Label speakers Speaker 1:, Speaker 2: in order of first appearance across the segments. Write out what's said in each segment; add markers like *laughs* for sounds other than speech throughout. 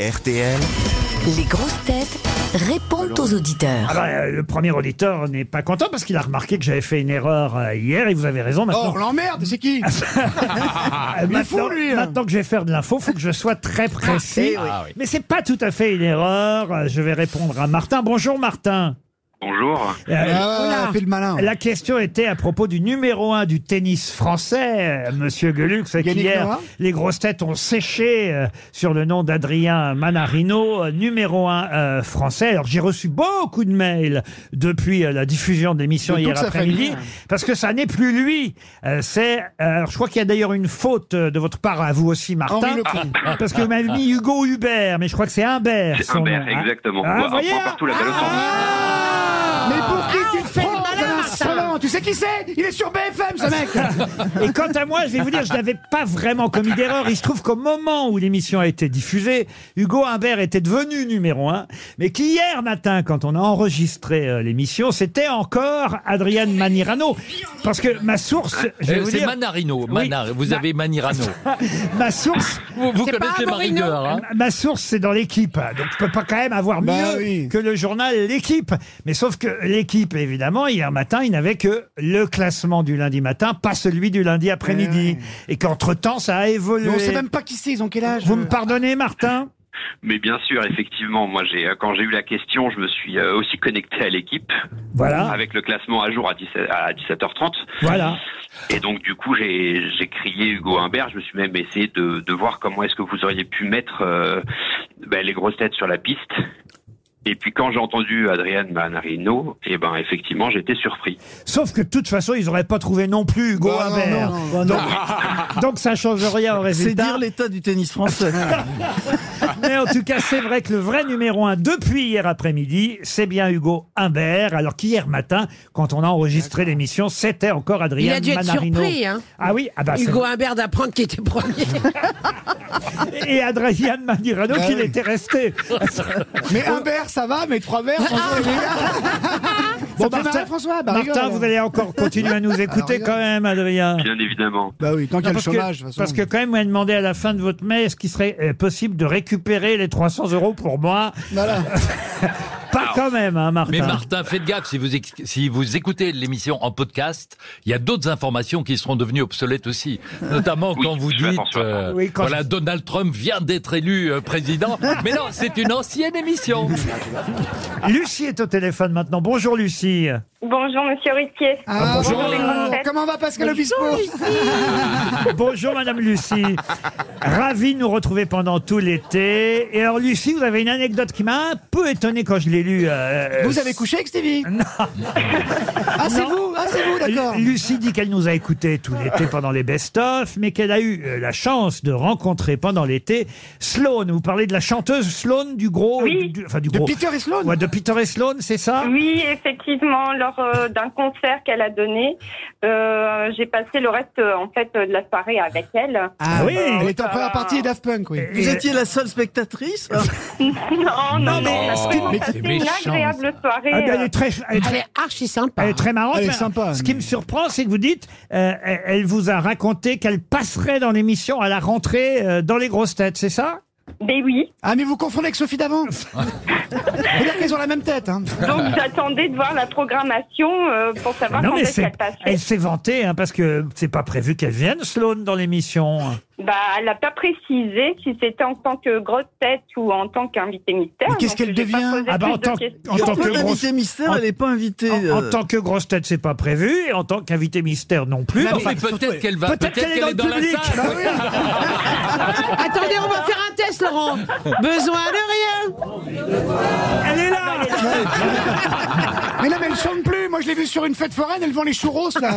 Speaker 1: RTL.
Speaker 2: Les grosses têtes répondent aux auditeurs.
Speaker 3: Ah bah, euh, le premier auditeur n'est pas content parce qu'il a remarqué que j'avais fait une erreur euh, hier et vous avez raison
Speaker 4: Oh,
Speaker 3: maintenant.
Speaker 4: on l'emmerde,
Speaker 3: *laughs*
Speaker 4: c'est
Speaker 3: Ah,
Speaker 4: qui
Speaker 3: euh,
Speaker 4: il est fou,
Speaker 3: maintenant,
Speaker 4: lui, hein. Ah, eh
Speaker 3: maintenant que je vais faire de l'info, faut que je sois très précis. Mais c'est pas tout à fait une erreur. Euh, Je vais répondre à Martin. Bonjour Martin.
Speaker 5: Bonjour.
Speaker 3: Euh,
Speaker 4: Ah,
Speaker 3: voilà.
Speaker 4: fais le malin.
Speaker 3: La question était à propos du numéro un du tennis français, euh, Monsieur Gueluc, c'est
Speaker 4: Yannick
Speaker 3: qu'hier,
Speaker 4: Noah
Speaker 3: les grosses têtes ont séché euh, sur le nom d'Adrien Manarino, euh, numéro un euh, français. Alors j'ai reçu beaucoup de mails depuis euh, la diffusion de l'émission
Speaker 4: De toute
Speaker 3: hier
Speaker 4: sa
Speaker 3: après-midi,
Speaker 4: famille, hein.
Speaker 3: parce que ça n'est plus lui. Euh, c'est, alors, je crois qu'il y a d'ailleurs une faute euh, de votre part à vous aussi, Martin,
Speaker 4: Henri Lecomte.
Speaker 3: parce que vous m'avez mis Hugo Hubert, mais je crois que c'est Humbert.
Speaker 5: C'est
Speaker 3: son nom,
Speaker 5: Humbert,
Speaker 3: hein.
Speaker 5: ben, exactement.
Speaker 3: Ah,
Speaker 5: Ouais, un
Speaker 3: voyez,
Speaker 5: point partout, la balle au centre.
Speaker 3: ah oh,
Speaker 4: Mais pour qui tu te prends comme un insolent Tu sais qui c'est Il est sur BFM,
Speaker 3: *laughs*
Speaker 4: ce mec
Speaker 3: Et quant à moi, je vais vous dire, je n'avais pas vraiment commis d'erreur. Il se trouve qu'au moment où l'émission a été diffusée, Hugo Humbert était devenu numéro un. Mais qu'hier matin, quand on a enregistré euh, l'émission, c'était encore Adrian Manirano. Parce que ma source, je vais
Speaker 6: Euh,
Speaker 3: vous
Speaker 6: C'est
Speaker 3: dire,
Speaker 6: Manarino.
Speaker 3: Oui.
Speaker 6: Manar- vous
Speaker 3: Ma-
Speaker 6: avez
Speaker 3: *laughs*
Speaker 6: Manirano.
Speaker 3: ma source,
Speaker 6: Vous, vous connaissez ma rigueur. hein.
Speaker 3: ma source, c'est dans l'équipe. Donc je peux pas quand même avoir
Speaker 4: Bah
Speaker 3: mieux
Speaker 4: oui.
Speaker 3: que le journal L'équipe. Mais sauf que l'équipe, évidemment, hier matin, il n'avait que le classement du lundi matin, pas celui du lundi après-midi. Et qu'entre-temps, ça a évolué.
Speaker 4: Eh Mais on sait même pas qui c'est, ils ont quel âge euh.
Speaker 3: Vous me pardonnez, Martin
Speaker 5: Mais bien sûr, effectivement, moi, j'ai euh, quand j'ai eu la question, je me suis euh, aussi connecté à l'équipe
Speaker 3: Voilà,
Speaker 5: avec le classement à jour à, 17, à 17h30.
Speaker 3: voilà.
Speaker 5: Et donc, du coup, j'ai j'ai crié Hugo Humbert. Je me suis même essayé de, de voir comment est-ce que vous auriez pu mettre euh, ben, les grosses têtes sur la piste. Et puis, quand j'ai entendu Adrienne Manarino, eh ben, effectivement, j'étais surpris.
Speaker 3: Sauf que de toute façon, ils n'auraient pas trouvé non plus Hugo
Speaker 4: Bah non,
Speaker 3: Humbert.
Speaker 4: non,
Speaker 3: donc, donc ça change rien au
Speaker 7: C'est
Speaker 3: résultat.
Speaker 7: dire l'état du tennis français.
Speaker 3: Mais en tout cas, c'est vrai que le vrai numéro un depuis hier après-midi, c'est bien Hugo Humbert. Alors qu'hier matin, quand on a enregistré l'émission, c'était encore
Speaker 8: Il
Speaker 3: Adrien
Speaker 8: a dû être
Speaker 3: Manarino.
Speaker 8: surpris, hein
Speaker 3: Ah oui, ah bah, c'est
Speaker 8: Hugo Humbert d'apprendre qu'il était premier.
Speaker 3: vrai. et Adrien Manirano
Speaker 4: Bah
Speaker 3: qu'il
Speaker 4: oui.
Speaker 3: était resté.
Speaker 4: Mais un verre, ça va, mais trois
Speaker 3: Ah.
Speaker 4: verres, François,
Speaker 3: *laughs*
Speaker 4: les gars. Ça fait marrer, François bah,
Speaker 3: Martin,
Speaker 4: rigole. Ah,
Speaker 3: vous allez encore continuer
Speaker 4: *laughs*
Speaker 3: à nous écouter
Speaker 4: rigole.
Speaker 3: quand même, Adrien.
Speaker 5: Bien évidemment.
Speaker 4: Bah oui, tant qu'il y a le
Speaker 3: parce,
Speaker 4: chômage, de
Speaker 3: que,
Speaker 4: toute façon.
Speaker 3: parce que quand même, vous m'avez demandé à la fin de votre mail, est-ce qu'il serait euh, possible de récupérer les 300 euros pour moi
Speaker 4: Voilà.
Speaker 3: Pas quand même, hein, Martin.
Speaker 6: Mais Martin, faites gaffe, si vous, ex- si vous écoutez l'émission en podcast, il y a d'autres informations qui seront devenues obsolètes aussi. Notamment
Speaker 5: Oui,
Speaker 6: quand vous
Speaker 5: je fais
Speaker 6: dites, euh,
Speaker 5: attention à ça.
Speaker 3: Oui, quand
Speaker 6: voilà,
Speaker 3: je-
Speaker 6: Donald Trump vient d'être élu euh, président. Mais non, c'est une
Speaker 3: *laughs*
Speaker 6: ancienne émission.
Speaker 3: Lucie est au téléphone maintenant. Bonjour, Lucie.
Speaker 9: Bonjour Monsieur Ruquier.
Speaker 4: Ah,
Speaker 9: Bonjour, les grosses têtes.
Speaker 4: Comment va Pascal Obispo
Speaker 3: *laughs* Bonjour Madame Lucie. Ravie de nous retrouver pendant tout l'été. Et alors Lucie, vous avez une anecdote qui m'a un peu étonné quand je l'ai lue. euh,
Speaker 4: Vous avez couché avec Stevie *laughs* Ah, c'est vous Ah, c'est vous, d'accord.
Speaker 3: Lu- Lucie dit qu'elle nous a écoutés tout l'été pendant les best-of, mais qu'elle a eu euh, la chance de rencontrer pendant l'été Sloane. Vous parlez de la chanteuse Sloane du gros,
Speaker 9: Oui.
Speaker 3: du- enfin du
Speaker 4: De
Speaker 3: gros.
Speaker 4: Peter et Sloan
Speaker 3: Ouais, de Peter et Sloane, c'est ça
Speaker 9: Oui, effectivement, lors euh, d'un concert qu'elle a donné, euh, j'ai passé le reste euh, en fait euh, de la soirée avec elle. *laughs*
Speaker 4: Ah
Speaker 3: oui.
Speaker 4: Elle est en première partie et Daft Punk, oui.
Speaker 7: Vous étiez la seule spectatrice
Speaker 9: non, non, mais on a vraiment
Speaker 6: mais
Speaker 9: passé
Speaker 6: c'est
Speaker 9: une
Speaker 6: méchant,
Speaker 9: agréable soirée.
Speaker 3: Ah, ben, elle, est
Speaker 9: euh,
Speaker 3: très, elle est
Speaker 8: *laughs* Elle
Speaker 3: très-
Speaker 8: est archi sympa.
Speaker 3: elle est très marrante.
Speaker 4: Elle est
Speaker 3: mais
Speaker 4: sympa,
Speaker 3: Ce
Speaker 4: mais-
Speaker 3: qui me surprend, c'est que vous dites, euh, elle- elle vous a raconté qu'elle passerait dans l'émission à la rentrée euh, dans les grosses têtes, c'est ça
Speaker 9: Mais ben oui.
Speaker 4: Ah, mais vous confondez avec Sophie d'avant C'est-à-dire qu'ils ont la même tête, hein.
Speaker 9: Donc j'attendais de voir la programmation euh, pour savoir
Speaker 3: Non,
Speaker 9: quand
Speaker 3: mais
Speaker 9: est-ce
Speaker 3: c'est,
Speaker 9: qu'elle passait.
Speaker 3: elle s'est vantée, hein, parce que c'est pas prévu qu'elle vienne, Sloane, dans l'émission.
Speaker 9: Bah, elle n'a pas précisé si c'était en tant que grosse tête ou en tant qu'invité mystère.
Speaker 4: Mais qu'est-ce
Speaker 9: donc
Speaker 4: qu'elle
Speaker 9: j'ai pas
Speaker 4: devient
Speaker 9: posé
Speaker 3: Ah bah,
Speaker 9: plus
Speaker 3: en
Speaker 9: de
Speaker 3: tant-
Speaker 9: questions.
Speaker 3: en tant que
Speaker 7: Pourquoi
Speaker 3: grosse-
Speaker 7: l'invité mystère,
Speaker 3: en-
Speaker 7: elle n'est pas invitée
Speaker 3: En, Ah, en
Speaker 7: euh,
Speaker 3: tant que grosse tête, c'est pas prévu, et en tant qu'invité mystère non plus.
Speaker 6: Non,
Speaker 3: Enfin,
Speaker 6: mais peut-être qu'elle va,
Speaker 3: peut-être qu'elle est dans le
Speaker 6: la
Speaker 3: public. Bah
Speaker 6: salle.
Speaker 8: Attendez, on va faire un test, Laurent. Besoin de rien.
Speaker 3: elle est là
Speaker 4: Mais là, mais elle chante plus. Moi, je l'ai vue sur une fête foraine, elle vend les churros, là.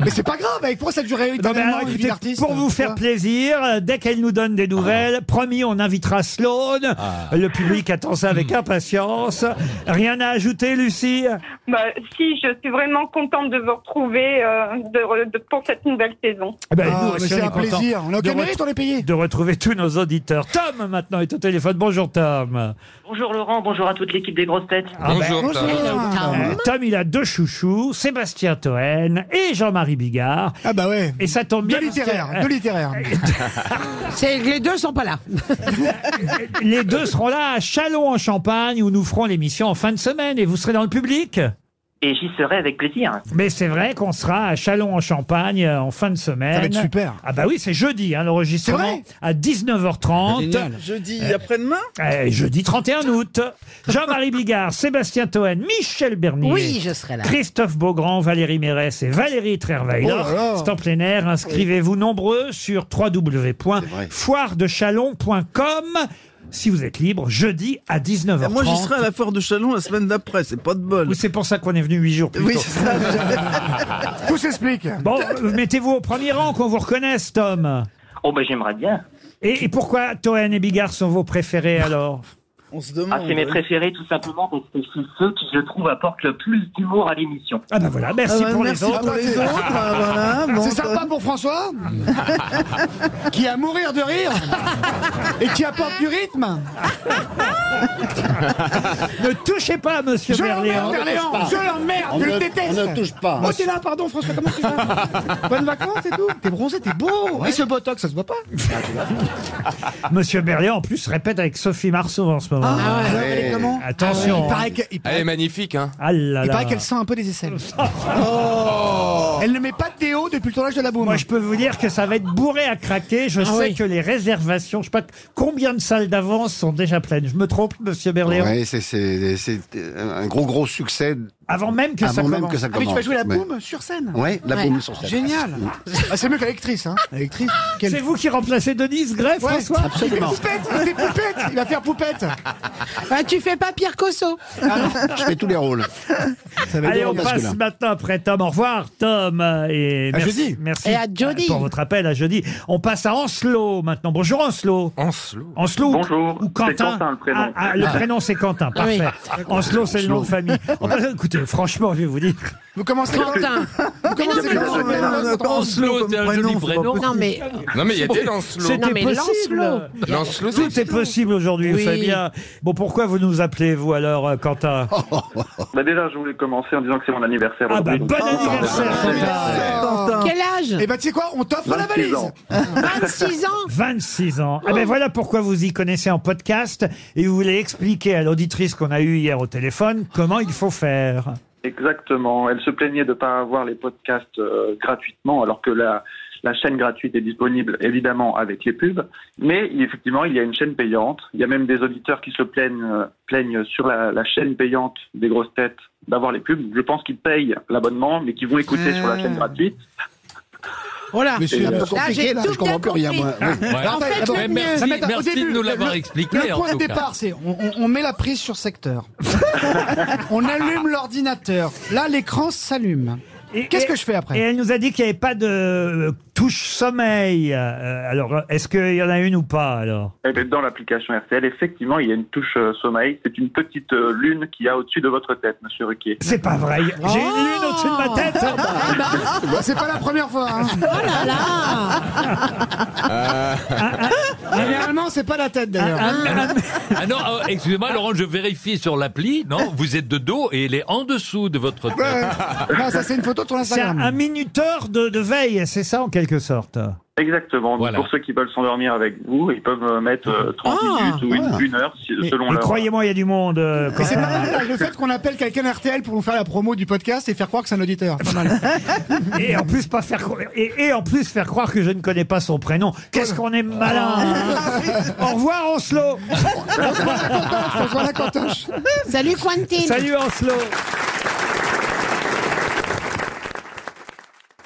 Speaker 4: Mais c'est pas grave, avec pour ça durait
Speaker 3: Non, mais
Speaker 4: éternellement
Speaker 3: alors,
Speaker 4: une vie
Speaker 3: écoutez,
Speaker 4: d'artiste,
Speaker 3: Pour vous
Speaker 4: tu
Speaker 3: faire
Speaker 4: vois.
Speaker 3: plaisir, euh, dès qu'elle nous donne des nouvelles,
Speaker 4: Ah.
Speaker 3: promis, on invitera Sloane. Le public attend ça
Speaker 4: Hmm.
Speaker 3: avec impatience. Rien à ajouter, Lucie
Speaker 9: Bah, si, je suis vraiment contente de vous retrouver euh, de- de- pour cette nouvelle saison.
Speaker 3: Eh ben,
Speaker 4: Ah,
Speaker 3: nous
Speaker 4: mais
Speaker 3: aussi,
Speaker 4: c'est
Speaker 3: on est
Speaker 4: un
Speaker 3: contents
Speaker 4: plaisir. On a
Speaker 3: de
Speaker 4: aucun mérite, on est payé.
Speaker 3: de retrouver tous nos auditeurs. Tom, maintenant, est au téléphone. Bonjour, Tom.
Speaker 10: Bonjour Laurent, bonjour à toute l'équipe des grosses têtes.
Speaker 3: Ah, ben,
Speaker 6: Bonjour. Tom.
Speaker 4: Ah.
Speaker 3: Euh, Tom, il a deux chouchous, Sébastien Toen et Jean-Marie Bigard.
Speaker 4: Ah bah ouais.
Speaker 3: Et ça tombe bien.
Speaker 4: Deux
Speaker 3: parce que
Speaker 4: littéraires, deux littéraires.
Speaker 8: C'est les deux sont pas là.
Speaker 3: Les deux seront là à Châlons-en-Champagne où nous ferons l'émission en fin de semaine et vous serez dans le public.
Speaker 10: Et j'y serai avec plaisir.
Speaker 3: Mais c'est vrai qu'on sera à Châlons-en-Champagne euh, en fin de semaine.
Speaker 4: Ça va être super.
Speaker 3: Ah bah oui, c'est jeudi, hein, l'enregistrement
Speaker 4: C'est
Speaker 3: à 19h30.
Speaker 4: Génial.
Speaker 7: Jeudi après-demain
Speaker 3: Eh, jeudi 31 août. Jean-Marie Bigard, Sébastien Toen, Michel Bernier.
Speaker 8: Oui, je serai là.
Speaker 3: Christophe Beaugrand, Valérie Mérès et Valérie Trerweiler.
Speaker 4: Oh là là.
Speaker 3: C'est en plein air. Inscrivez-vous nombreux sur www.foiredechalon.com si vous êtes libre, jeudi à 19h30.
Speaker 7: Moi, j'y serai à la foire de Chalon la semaine d'après, c'est pas de bol.
Speaker 3: Oui, C'est pour ça qu'on est venu huit jours plus
Speaker 7: Oui,
Speaker 3: tôt.
Speaker 7: c'est ça.
Speaker 4: Tout s'explique.
Speaker 3: Bon, euh, mettez-vous au premier rang qu'on vous reconnaisse, Tom.
Speaker 10: Oh, ben j'aimerais bien.
Speaker 3: Et, et pourquoi Toen et Bigard sont vos préférés alors
Speaker 7: On se demande.
Speaker 10: Ah, c'est mes préférés, tout simplement, parce que c'est ceux qui, je trouve, apportent le plus d'humour à l'émission.
Speaker 3: Ah ben voilà,
Speaker 7: Ah
Speaker 3: merci
Speaker 7: bah,
Speaker 3: pour
Speaker 7: merci
Speaker 3: les autres.
Speaker 7: pour les autres. ah, voilà, bon,
Speaker 4: C'est sympa pour François, qui a mourir de rire et qui apporte du rythme.
Speaker 3: *laughs* Ne touchez pas à Monsieur
Speaker 4: Je l'emmerde,
Speaker 3: Berléand.
Speaker 4: Berléand, je l'emmerde, je le déteste. On ne touche pas. Oh, t'es là, pardon, François, comment tu vas *laughs* Bonnes vacances et tout. T'es bronzé, t'es beau. Et ce botox, ça se voit pas.
Speaker 3: Monsieur Berléand en plus répète avec Sophie Marceau en ce moment.
Speaker 4: Alors, elle est comment Ah
Speaker 3: Attention.
Speaker 4: Il paraît que- il
Speaker 1: Elle
Speaker 4: paraît-
Speaker 1: est magnifique, hein.
Speaker 3: Ah là là.
Speaker 4: il paraît qu'elle sent un peu les *laughs* aisselles. Elle ne met pas de déo depuis le tournage de la boum.
Speaker 3: Moi, je peux vous dire que ça va être bourré à craquer. Je sais
Speaker 8: oui.
Speaker 3: que les réservations, je sais pas combien de salles d'avance sont déjà pleines. Je me trompe, Monsieur Berléand
Speaker 1: c'est un gros, gros succès
Speaker 3: Avant même que ça commence.
Speaker 4: Ah oui, tu vas jouer la boum sur scène
Speaker 1: Ouais, la
Speaker 8: Ouais. boum
Speaker 1: sur
Speaker 4: Génial ah, C'est mieux que l'actrice, hein L'actrice, quelle...
Speaker 3: C'est vous qui remplacez Denise Gray,
Speaker 4: Ouais,
Speaker 3: François
Speaker 4: Il fait poupette, il fait poupette, il va faire poupette.
Speaker 8: Ah, tu fais pas Pierre Cosso.
Speaker 1: Je fais tous les rôles.
Speaker 3: Allez, on passe maintenant après Tom. Au revoir, Tom. euh, Et
Speaker 4: À
Speaker 3: merci,
Speaker 4: jeudi.
Speaker 3: Merci
Speaker 8: Et à jeudi.
Speaker 3: pour votre appel à jeudi. On passe à Ancelot maintenant. Bonjour, Ancelot.
Speaker 1: Ancelot.
Speaker 3: Ancelot ou-
Speaker 5: Bonjour,
Speaker 3: ou Quentin.
Speaker 5: c'est Quentin, le prénom.
Speaker 3: Ah, ah, le prénom, c'est Quentin. Parfait. Ancelot, c'est le nom de famille. On *laughs* passe- écoutez, franchement, je vais vous dire.
Speaker 4: Vous commencez
Speaker 8: Quentin.
Speaker 4: Vous commencez
Speaker 7: Non, non, non, non, non, Ancelot,
Speaker 6: Ancelot, c'est un
Speaker 7: comme
Speaker 6: joli
Speaker 7: prénom, c'est pas
Speaker 6: prénom.
Speaker 7: possible.
Speaker 8: Non mais
Speaker 1: Non, mais il y a des Lancelot.
Speaker 8: non mais
Speaker 3: possible.
Speaker 8: Lancelot.
Speaker 1: Lancelot,
Speaker 3: Tout est possible aujourd'hui,
Speaker 8: Oui.
Speaker 3: Fabien. Bon, pourquoi vous nous appelez, vous, alors, euh, Quentin
Speaker 5: Bah déjà, je voulais commencer en disant que c'est mon anniversaire.
Speaker 3: Ah, bah,
Speaker 5: aujourd'hui, donc-
Speaker 3: bon anniversaire, Quentin.
Speaker 7: Quentin.
Speaker 8: Quel âge
Speaker 4: Et bah, tu sais quoi, on t'offre la
Speaker 5: 26
Speaker 4: valise
Speaker 5: ans.
Speaker 8: 26 ans
Speaker 3: 26 ans. Ah ben voilà pourquoi vous y connaissez en podcast et vous voulez expliquer à l'auditrice qu'on a eue hier au téléphone comment il faut faire.
Speaker 5: Exactement. Elle se plaignait de ne pas avoir les podcasts euh, gratuitement, alors que la, la chaîne gratuite est disponible évidemment avec les pubs. Mais effectivement, il y a une chaîne payante. Il y a même des auditeurs qui se plaignent, euh, plaignent sur la, la chaîne payante des grosses têtes d'avoir les pubs. Je pense qu'ils payent l'abonnement, mais qu'ils vont écouter sur la
Speaker 3: Mmh.
Speaker 5: chaîne gratuite.
Speaker 8: Voilà.
Speaker 1: Mais c'est
Speaker 8: Là, j'ai tout bien compris.
Speaker 6: Ouais.
Speaker 3: Ah,
Speaker 4: En fait,
Speaker 6: Mais
Speaker 4: le mieux.
Speaker 6: merci,
Speaker 4: Ça m'étonne- au
Speaker 6: merci
Speaker 4: début,
Speaker 6: de nous
Speaker 4: le-
Speaker 6: l'avoir
Speaker 4: le-
Speaker 6: expliqué.
Speaker 4: Le
Speaker 6: en
Speaker 4: point de
Speaker 6: tout cas.
Speaker 4: départ, c'est on, on- on met la prise sur secteur. *laughs* on allume l'ordinateur. Là, l'écran s'allume.
Speaker 3: Et-
Speaker 4: Qu'est-ce
Speaker 3: et-
Speaker 4: que je fais
Speaker 3: Et
Speaker 4: après
Speaker 3: elle nous a dit qu'il n'y avait pas de euh, touche sommeil. Euh, alors, euh, est-ce qu'il y en a une ou pas alors
Speaker 5: Elle est dans l'application RTL. Effectivement, il y a une touche euh, sommeil. C'est une petite euh, lune qu'il y a au-dessus de votre tête, monsieur Ruquier.
Speaker 3: C'est pas vrai. J'ai une lune au-dessus de
Speaker 4: Oh
Speaker 3: ma
Speaker 4: *laughs*
Speaker 3: tête.
Speaker 4: Bah, C'est pas la première fois. Hein. Euh.
Speaker 8: Oh là là
Speaker 4: Généralement, c'est pas la tête d'ailleurs.
Speaker 6: Ah non, euh, excusez-moi, Laurent, je vérifie sur l'appli. Non, vous êtes de dos et elle est en dessous de votre tête.
Speaker 4: Non, ça c'est une photo de ton
Speaker 3: C'est un,
Speaker 4: Instagram.
Speaker 3: un minuteur de, de veille, c'est ça en quelque sorte.
Speaker 5: Exactement.
Speaker 6: Voilà.
Speaker 5: Pour ceux qui veulent s'endormir avec vous, ils peuvent euh, mettre euh, 30
Speaker 8: Ah,
Speaker 5: minutes ou une, une heure si-
Speaker 3: Mais-
Speaker 5: selon
Speaker 3: mais
Speaker 5: leur.
Speaker 3: croyez-moi, il y a du monde. euh, quand-
Speaker 4: Et c'est pas mal là, le fait qu'on appelle quelqu'un RTL pour nous faire la promo du podcast et faire croire que c'est un auditeur. Pas mal.
Speaker 3: et en plus pas faire cro- et, et en plus faire croire que je ne connais pas son prénom. Qu'est-ce qu'on est malin. hein.
Speaker 4: Oh.
Speaker 3: Au revoir
Speaker 4: *laughs*
Speaker 3: Oslo.
Speaker 4: François Lacantoche.
Speaker 8: Salut Quentin
Speaker 3: Salut Oslo.